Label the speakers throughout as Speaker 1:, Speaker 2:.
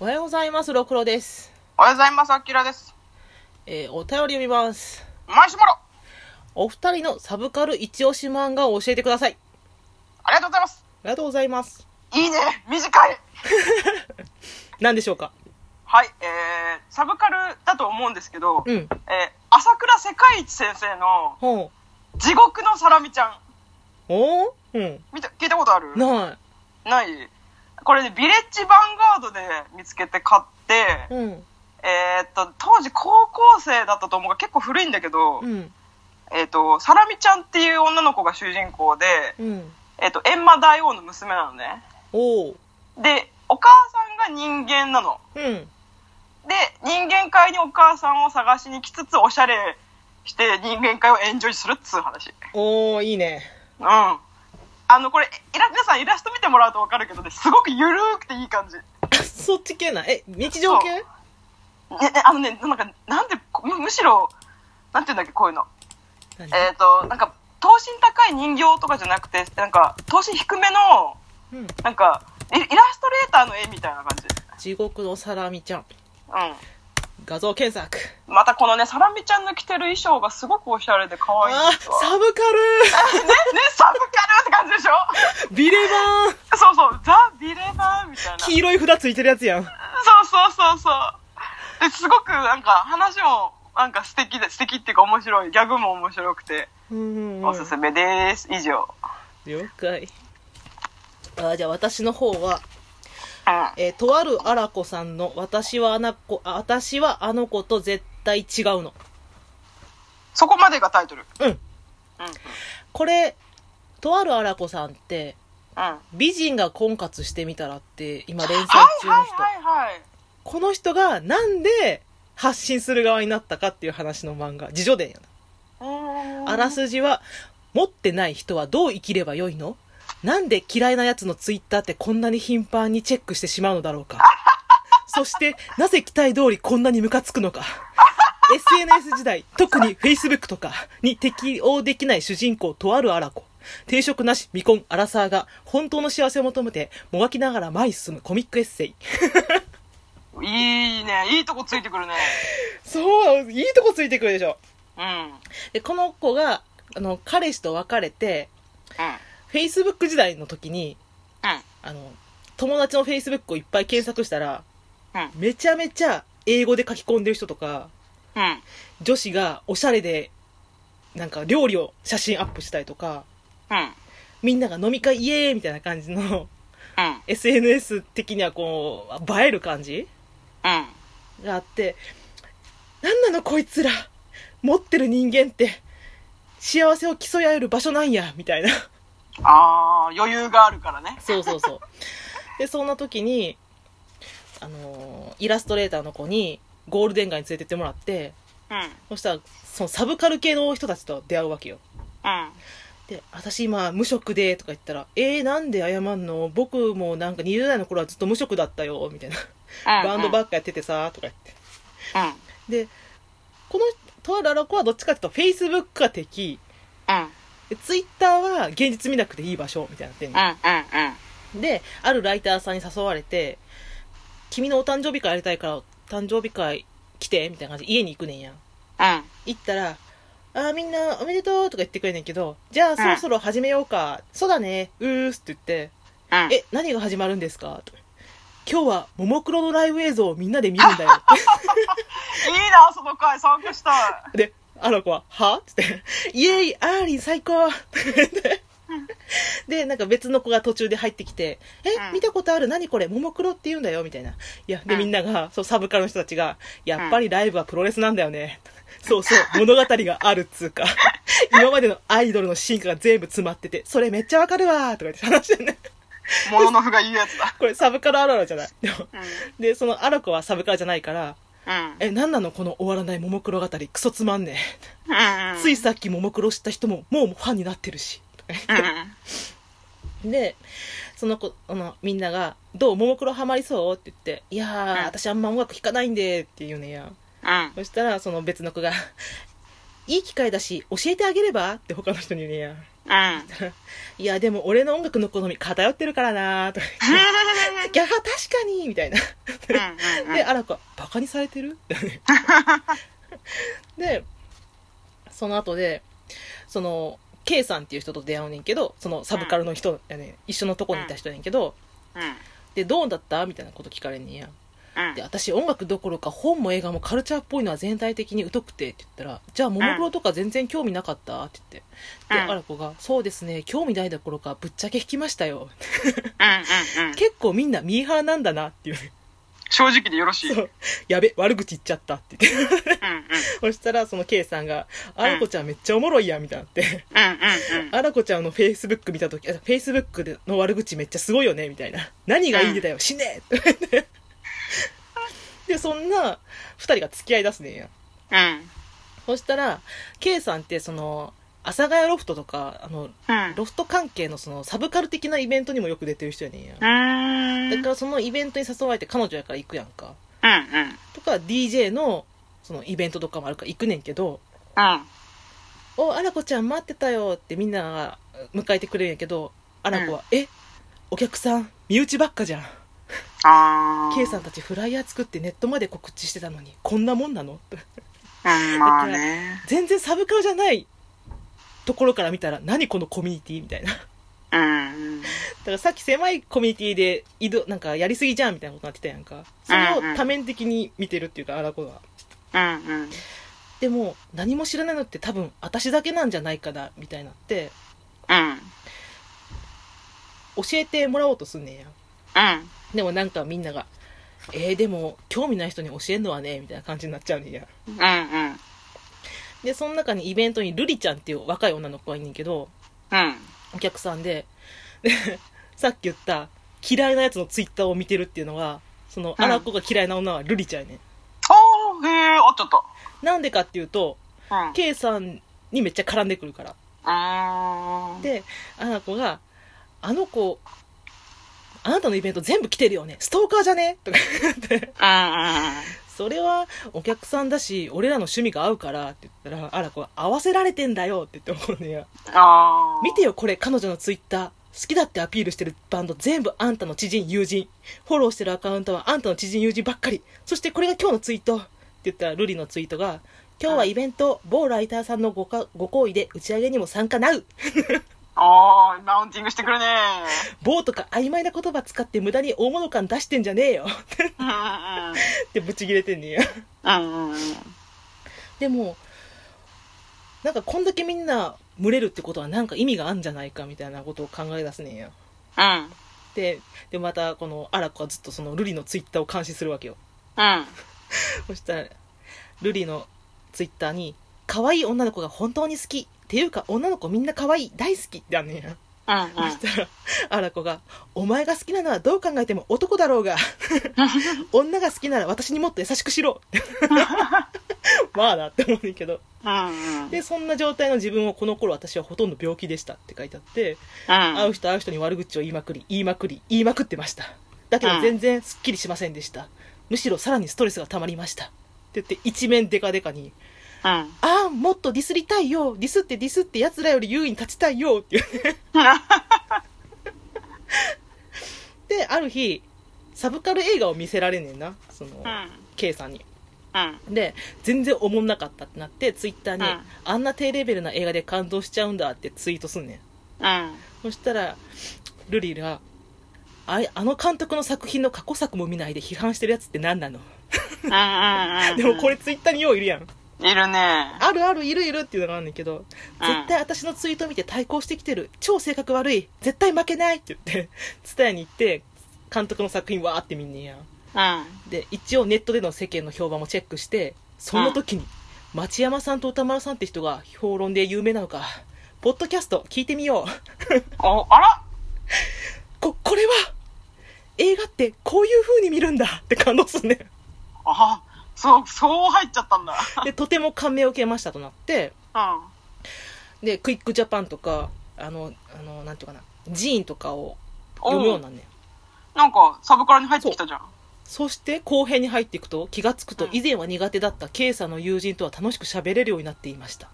Speaker 1: おはようございます、ろくろです。
Speaker 2: おはようございます、あきらです。
Speaker 1: えーお便り読みます。
Speaker 2: マイシモロ
Speaker 1: お二人のサブカル一押し漫画を教えてください。
Speaker 2: ありがとうございます。
Speaker 1: ありがとうございます。
Speaker 2: いいね短い
Speaker 1: 何でしょうか
Speaker 2: はい、えー、サブカルだと思うんですけど、
Speaker 1: う
Speaker 2: えー
Speaker 1: ん。
Speaker 2: 朝倉世界一先生の
Speaker 1: ほう。
Speaker 2: 地獄のサラミちゃん。
Speaker 1: おーうん。
Speaker 2: 見た聞いたことある
Speaker 1: な
Speaker 2: ないこれね、ビレッジヴァンガードで見つけて買っ
Speaker 1: い。、
Speaker 2: て
Speaker 1: うん。
Speaker 2: えーっと、当時高校生だったと思うが結構古いんだけど、
Speaker 1: うん。
Speaker 2: えーっと、サラミちゃんっていう女の子が主人公で、
Speaker 1: うん。
Speaker 2: えーっと、閻魔大王の娘なのね。
Speaker 1: おー
Speaker 2: で、お母さんが人間なの。
Speaker 1: うん。
Speaker 2: で人間界にお母さんを探しに来つつおしゃれして人間界をエンジョイするっつう話
Speaker 1: おーいいね。
Speaker 2: うんあのこれイラ皆さんイラスト見てもらうと分かるけどねすごくゆるーくていい感じ、ね、
Speaker 1: そっち系な。え、日常系
Speaker 2: ねあのねなんかなんでこむむしろなんていうんだっけこういうの
Speaker 1: 何
Speaker 2: えっ、となんか頭身高い人形とかじゃなくてなんか頭身低めの
Speaker 1: うん。
Speaker 2: なんかイイラストレーターの絵みたいな感じ
Speaker 1: 地獄のサラミちゃん。
Speaker 2: う
Speaker 1: 画像検索。
Speaker 2: んまたこのねサラミちゃんの着てる衣装がすごくおしゃれで可愛いん
Speaker 1: あ
Speaker 2: で
Speaker 1: ー、
Speaker 2: すわ
Speaker 1: サブカ
Speaker 2: ねねサブカルって感じでしょ
Speaker 1: ルビレバーン
Speaker 2: そうそう、ザ・ビレバーみたいな。そう
Speaker 1: 黄色い札ついてるやつやん。
Speaker 2: そうそうそう。ですごくなんか話もなんか素敵で、素敵っていうか面白い、ギャグも面白くて、
Speaker 1: うんうんうん。
Speaker 2: おすすめです。以上。
Speaker 1: 了解あーじゃあ私の方は、
Speaker 2: うん。
Speaker 1: えーとあるあらこさんの「私はあの子あ私はあの子と絶対違うの
Speaker 2: そこまでがタイトル。」
Speaker 1: うん
Speaker 2: うん。うん。
Speaker 1: これとあるあらこさんって
Speaker 2: は
Speaker 1: 「美人が婚活してみたら」って今連載
Speaker 2: い
Speaker 1: 中の人、
Speaker 2: はいはいはい。
Speaker 1: この人がなんで発信する側になったかっていう話の漫画自叙伝やな
Speaker 2: うーん
Speaker 1: あらすじは「持ってない人はどう生きればよいの?」なんで嫌いなやつのツイッターってこんなに頻繁にチェックしてしまうのだろうかそしてなぜ期待通りこんなにムカつくのか SNS 時代特に Facebook とかに適応できない主人公とあるあら子定職なし未婚アラサーが本当の幸せを求めてもがきながら前に進むコミックエッセイ
Speaker 2: いいね。いいとこついてくるね。
Speaker 1: そういいとこついてくるでしょ
Speaker 2: うん。うん。
Speaker 1: でこの子があの彼氏と別れて
Speaker 2: うん。
Speaker 1: Facebook 時代の時にあの友達の Facebook をいっぱい検索したら
Speaker 2: うん。
Speaker 1: めちゃめちゃ英語で書き込んでる人とか
Speaker 2: うん。
Speaker 1: 女子がおしゃれでなんか料理を写真アップしたりとか
Speaker 2: うん。
Speaker 1: みんなが飲み会イエーイみたいな感じの
Speaker 2: うん。
Speaker 1: SNS 的にはこう映える感じ
Speaker 2: うん。
Speaker 1: があってなんなのこいつら持ってる人間って幸せを競い合える場所なんやみたいな
Speaker 2: ああ、余裕があるからね。
Speaker 1: そうそうそうでそんな時にあのーイラストレーターの子にゴールデン街に連れてってもらって
Speaker 2: うん。
Speaker 1: そしたらそのサブカル系の人たちと出会うわけよ
Speaker 2: うん。
Speaker 1: で「私今無職で」とか言ったら「えー、なんで謝んの僕もなんか20代の頃はずっと無職だったよ」みたいな「バンドば
Speaker 2: ッ
Speaker 1: っかやっててさ」とか言って
Speaker 2: うん。
Speaker 1: でこのとあるあの子はどっちかっていうとフェイスブックが敵
Speaker 2: うん。
Speaker 1: ツイッターは現実見なくていい場所みたいになってん
Speaker 2: う
Speaker 1: の
Speaker 2: ん。うん。うん。
Speaker 1: であるライターさんに誘われて「君のお誕生日会やりたいから誕生日会来て」みたいな感じで家に行くねんや
Speaker 2: うん。
Speaker 1: 行ったら「あーみんなおめでとう」とか言ってくれんねんけど「じゃあそろそろ始めようか」そうだねうーす」って言って
Speaker 2: う
Speaker 1: 「
Speaker 2: ん
Speaker 1: え何が始まるんですか?」と「今日はももクロのライブ映像をみんなで見るんだよ」
Speaker 2: いいな、その回、参加したい。
Speaker 1: で、あの子は、はつって、イエーイアーリン最高で、なんか別の子が途中で入ってきて、え、
Speaker 2: うん
Speaker 1: 見たことある何これももクロって言うんだよみたいな。いや、で、
Speaker 2: うん
Speaker 1: みんなが、そう、サブカルの人たちが、やっぱりライブはプロレスなんだよね。そうそう、物語があるっつうか、今までのアイドルの進化が全部詰まってて、それめっちゃわかるわーとか言って話してね。
Speaker 2: もののふが言うやつだ。
Speaker 1: これサブカルあるあるじゃない。でも
Speaker 2: うん。
Speaker 1: で、そのある子はサブカルじゃないから、
Speaker 2: うん。
Speaker 1: え、なんなのこの終わらないももクロ語り、クソつまんねえ。
Speaker 2: うん。
Speaker 1: ついさっきももクロ知った人ももうファンになってるし。
Speaker 2: うん。
Speaker 1: で、その子、あの、みんなが、どうももクロハマりそうって言って、いやー、
Speaker 2: うん
Speaker 1: 私あんま音楽聴かないんで、って言うねんや。
Speaker 2: うん。
Speaker 1: そしたら、その別の子が、 いい機会だし、教えてあげればって他の人に言うねや。
Speaker 2: うん。
Speaker 1: いや、でも俺の音楽の好み偏ってるからなーとか言って。 ギャハ確かにみたいな。
Speaker 2: うんうん
Speaker 1: で、あらか、バカにされ てるで、その後で、その、K さんっていう人と出会うねんけど、そのサブカルの人やねん、一緒のとこにいた人やねんけど、
Speaker 2: うん
Speaker 1: で、どうだったみたいなこと聞かれんねんや。
Speaker 2: うん
Speaker 1: で、私音楽どころか本も映画もカルチャーっぽいのは全体的に疎くてって言ったら、じゃあ、ももクロとか全然興味なかったって言って。で、
Speaker 2: うん
Speaker 1: あらこが、そうですね、興味ないどころかぶっちゃけ引きましたよ。
Speaker 2: うんうんうん
Speaker 1: 結構みんなミーハーなんだなっていうね。
Speaker 2: 正直でよろしい。うん
Speaker 1: そうやべ、悪口言っちゃったって言って。
Speaker 2: うん
Speaker 1: そしたら、その K さんが、あらこちゃんめっちゃおもろいやん、みたいになって。
Speaker 2: うんうんうん
Speaker 1: あらこちゃんの Facebook 見たとき、あ Facebook での悪口めっちゃすごいよね、みたいな。何がいいんだよ、死ねとか言って で、そんな、二人が付き合い出すねんや。
Speaker 2: うん
Speaker 1: そしたら、K さんって、その、阿佐ヶ谷ロフトとか、あの、
Speaker 2: うん
Speaker 1: ロフト関係のその、サブカル的なイベントにもよく出てる人やねんや。
Speaker 2: うーん
Speaker 1: だからそのイベントに誘われて彼女やから行くやんか。
Speaker 2: うんうん
Speaker 1: とか、DJ の、そのイベントとかもあるから行くねんけど、
Speaker 2: うん
Speaker 1: お、あらこちゃん待ってたよってみんなが迎えてくれるんやけど、あらこは、え、お客さん、身内ばっかじゃん。
Speaker 2: あー
Speaker 1: K さんたちフライヤー作ってネットまで告知してたのに、こんなもんなの
Speaker 2: うんまあね
Speaker 1: 全然サブカルじゃないところから見たら、何このコミュニティみたいな。だ
Speaker 2: うん
Speaker 1: からさっき狭いコミュニティで、移動、なんかやりすぎじゃんみたいなことになってたやんか。それ
Speaker 2: うんうん
Speaker 1: を多面的に見てるっていうか、あらこは。
Speaker 2: うんうん
Speaker 1: でも、何も知らないのって多分、私だけなんじゃないかな、みたいになって、
Speaker 2: うん
Speaker 1: 教えてもらおうとすんねんや。
Speaker 2: うん
Speaker 1: でもなんかみんなが、えー、でも興味ない人に教えんのはね、みたいな感じになっちゃうねんや。
Speaker 2: うんうん
Speaker 1: で、その中にイベントにルリちゃんっていう若い女の子がいんねんけど、
Speaker 2: うん
Speaker 1: お客さんで、で、さっき言った嫌いなやつのツイッターを見てるっていうのが、その、
Speaker 2: うん
Speaker 1: アラコが嫌いな女はルリちゃんやねん。
Speaker 2: あーへえあっちゃった
Speaker 1: なんでかっていうと、
Speaker 2: うん
Speaker 1: K さんにめっちゃ絡んでくるから。
Speaker 2: あー
Speaker 1: で、アラコが、あの子、あなたのイベント全部来てるよね。ストーカーじゃねとか言って。
Speaker 2: う
Speaker 1: それはお客さんだし俺らの趣味が合うからって言ったらあらこは合わせられてんだよって言って思うねや
Speaker 2: んうんあー
Speaker 1: 見てよこれ彼女のツイッター好きだってアピールしてるバンド全部あんたの知人友人フォローしてるアカウントはあんたの知人友人ばっかりそしてこれが今日のツイートって言ったらルリのツイートが今日はイベント某ライターさんのごかご好意で打ち上げにも参加なう
Speaker 2: あーマウンティングしてくるね
Speaker 1: 某とか曖昧な言葉使って無駄に大物感出してんじゃねえよ
Speaker 2: うん
Speaker 1: ってブチギレてんねや
Speaker 2: うんうんうんうん
Speaker 1: でもなんかこんだけみんな群れるってことはなんか意味があるんじゃないかみたいなことを考え出すねんや
Speaker 2: うん
Speaker 1: ででまたこのアラコはずっとそのルリのツイッターを監視するわけよ
Speaker 2: うん
Speaker 1: そしたらルリのツイッターに「可愛い女の子が本当に好き」っていうか女の子みんな可愛い大好きってあんねんや、
Speaker 2: うんうん
Speaker 1: そしたらアラコが「お前が好きなのはどう考えても男だろうが女が好きなら私にもっと優しくしろ」 まあなって思うねんけど
Speaker 2: うんうん
Speaker 1: でそんな状態の自分をこの頃私はほとんど病気でしたって書いてあって、会う人会う人に悪口を言いまくり言いまくり言いまくってましただけど全然すっきりしませんでした、むしろさらにストレスが溜まりましたって言って一面デカデカに「
Speaker 2: うん
Speaker 1: ああもっとディスりたいよディスってディスって奴らより優位に立ちたいよ」って言 ってである日サブカル映画を見せられねえなその、K さんに
Speaker 2: うん
Speaker 1: で全然おもんなかったってなってツイッターに、
Speaker 2: うん
Speaker 1: あんな低レベルな映画で感動しちゃうんだってツイートすんねん
Speaker 2: うん
Speaker 1: そしたらルリがあいあの監督の作品の過去作も見ないで批判してるやつって何なの
Speaker 2: うんうんうん
Speaker 1: でもこれツイッターによういるやん
Speaker 2: いるね
Speaker 1: あるあるいるいるっていうのがあるんだけど
Speaker 2: うん
Speaker 1: 絶対私のツイート見て対抗してきてる超性格悪い絶対負けないって言って 蔦屋に行って監督の作品わーって見んねんや
Speaker 2: うん
Speaker 1: で一応ネットでの世間の評判もチェックしてその時に町山さんと歌丸さんって人が評論で有名なのかポッドキャスト聞いてみよう
Speaker 2: おあら
Speaker 1: こ、これは、映画ってこういう風に見るんだって感動すんねん。
Speaker 2: あそうそう入っちゃったんだ
Speaker 1: で、とても感銘を受けましたとなって、
Speaker 2: うん
Speaker 1: で、クイックジャパンとか、あの、あの、なんていうかな、ジーンとかを読むようになんねん。
Speaker 2: なんかサブカラに入ってきたじゃん
Speaker 1: そして後編に入っていくと気がつくと
Speaker 2: うん
Speaker 1: 以前は苦手だった K さんの友人とは楽しく喋れるようになっていました。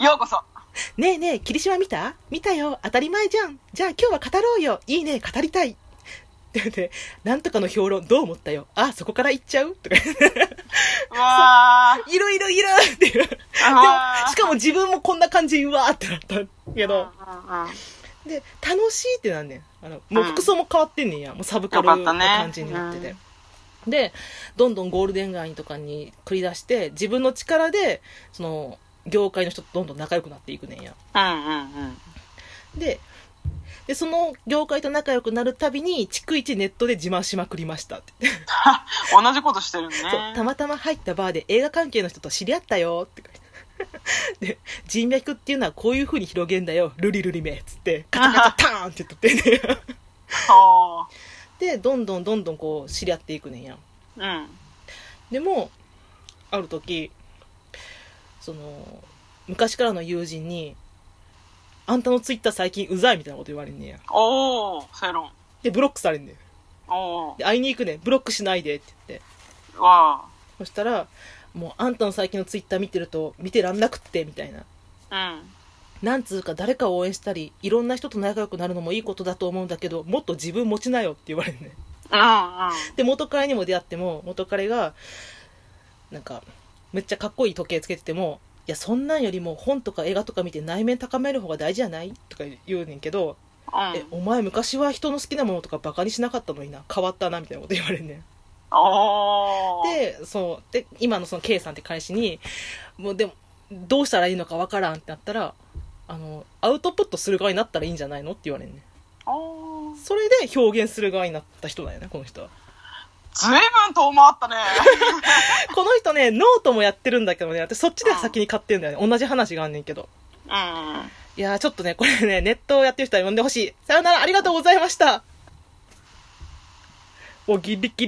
Speaker 2: ようこそ。
Speaker 1: ねえねえ、霧島見た見たよ。当たり前じゃん。じゃあ今日は語ろうよ。いいね、語りたい。 で、でなんとかの評論どう思ったよ。あ、そこから行っちゃうとか、
Speaker 2: うわー。
Speaker 1: いろいろい ろっていう。でも、
Speaker 2: あー
Speaker 1: しかも自分もこんな感じ、うわーってなったけど。
Speaker 2: うんうんうん
Speaker 1: で、楽しいってなんねん。あの、もう服装も変わってんねんや。もうサブカル
Speaker 2: よかった
Speaker 1: な
Speaker 2: ね
Speaker 1: 感じになってて。で、どんどんゴールデン街とかに繰り出して、自分の力で、その、業界の人とどんどん仲良くなっていくねんや。
Speaker 2: うんうんうん。
Speaker 1: で、で、その業界と仲良くなるたびに、逐一ネットで自慢しまくりましたって言って。
Speaker 2: 同じことしてるね。
Speaker 1: そうたまたま入ったバーで映画関係の人と知り合ったよって書いて。 で人脈っていうのはこういう風に広げんだよルリルリめっつってカタカタターンって言ってて、ね、
Speaker 2: あ
Speaker 1: でどんどんどんどんこう知り合っていくねんや
Speaker 2: ーうん。
Speaker 1: でもある時その昔からの友人に「あんたのツイッター最近うざい」みたいなこと言われんねんや
Speaker 2: おー、正論。
Speaker 1: でブロックされんねん
Speaker 2: おー、
Speaker 1: で会いに行くねんブロックしないでって言って
Speaker 2: わ
Speaker 1: そしたらもうあんたの最近のツイッター見てると見てらんなくってみたいな
Speaker 2: ー。うん。
Speaker 1: なんつうか誰かを応援したりいろんな人と仲良くなるのもいいことだと思うんだけどもっと自分持ちなよって言われるね
Speaker 2: うんうん。
Speaker 1: で元彼にも出会っても元彼がなんかめっちゃかっこいい時計つけててもいやそんなんよりも本とか映画とか見て内面高める方が大事じゃないとか言うねんけど、
Speaker 2: う
Speaker 1: え
Speaker 2: ん。
Speaker 1: お前昔は人の好きなものとかバカにしなかったのにな変わったなみたいなこと言われんねん
Speaker 2: おー。
Speaker 1: でそうで今のその K さんって彼氏にもうでもどうしたらいいのかわからんってなったらあのアウトプットする側になったらいいんじゃないのって言われんね
Speaker 2: おー。
Speaker 1: それで表現する側になった人だよねこの人は
Speaker 2: ずいぶん遠回ったね。
Speaker 1: この人ねノートもやってるんだけどね私そっちで先に買ってんだよね同じ話があんねんけど
Speaker 2: うん。
Speaker 1: いやーちょっとねこれねネットをやってる人は呼んでほしいさよならありがとうございましたもうギリギリ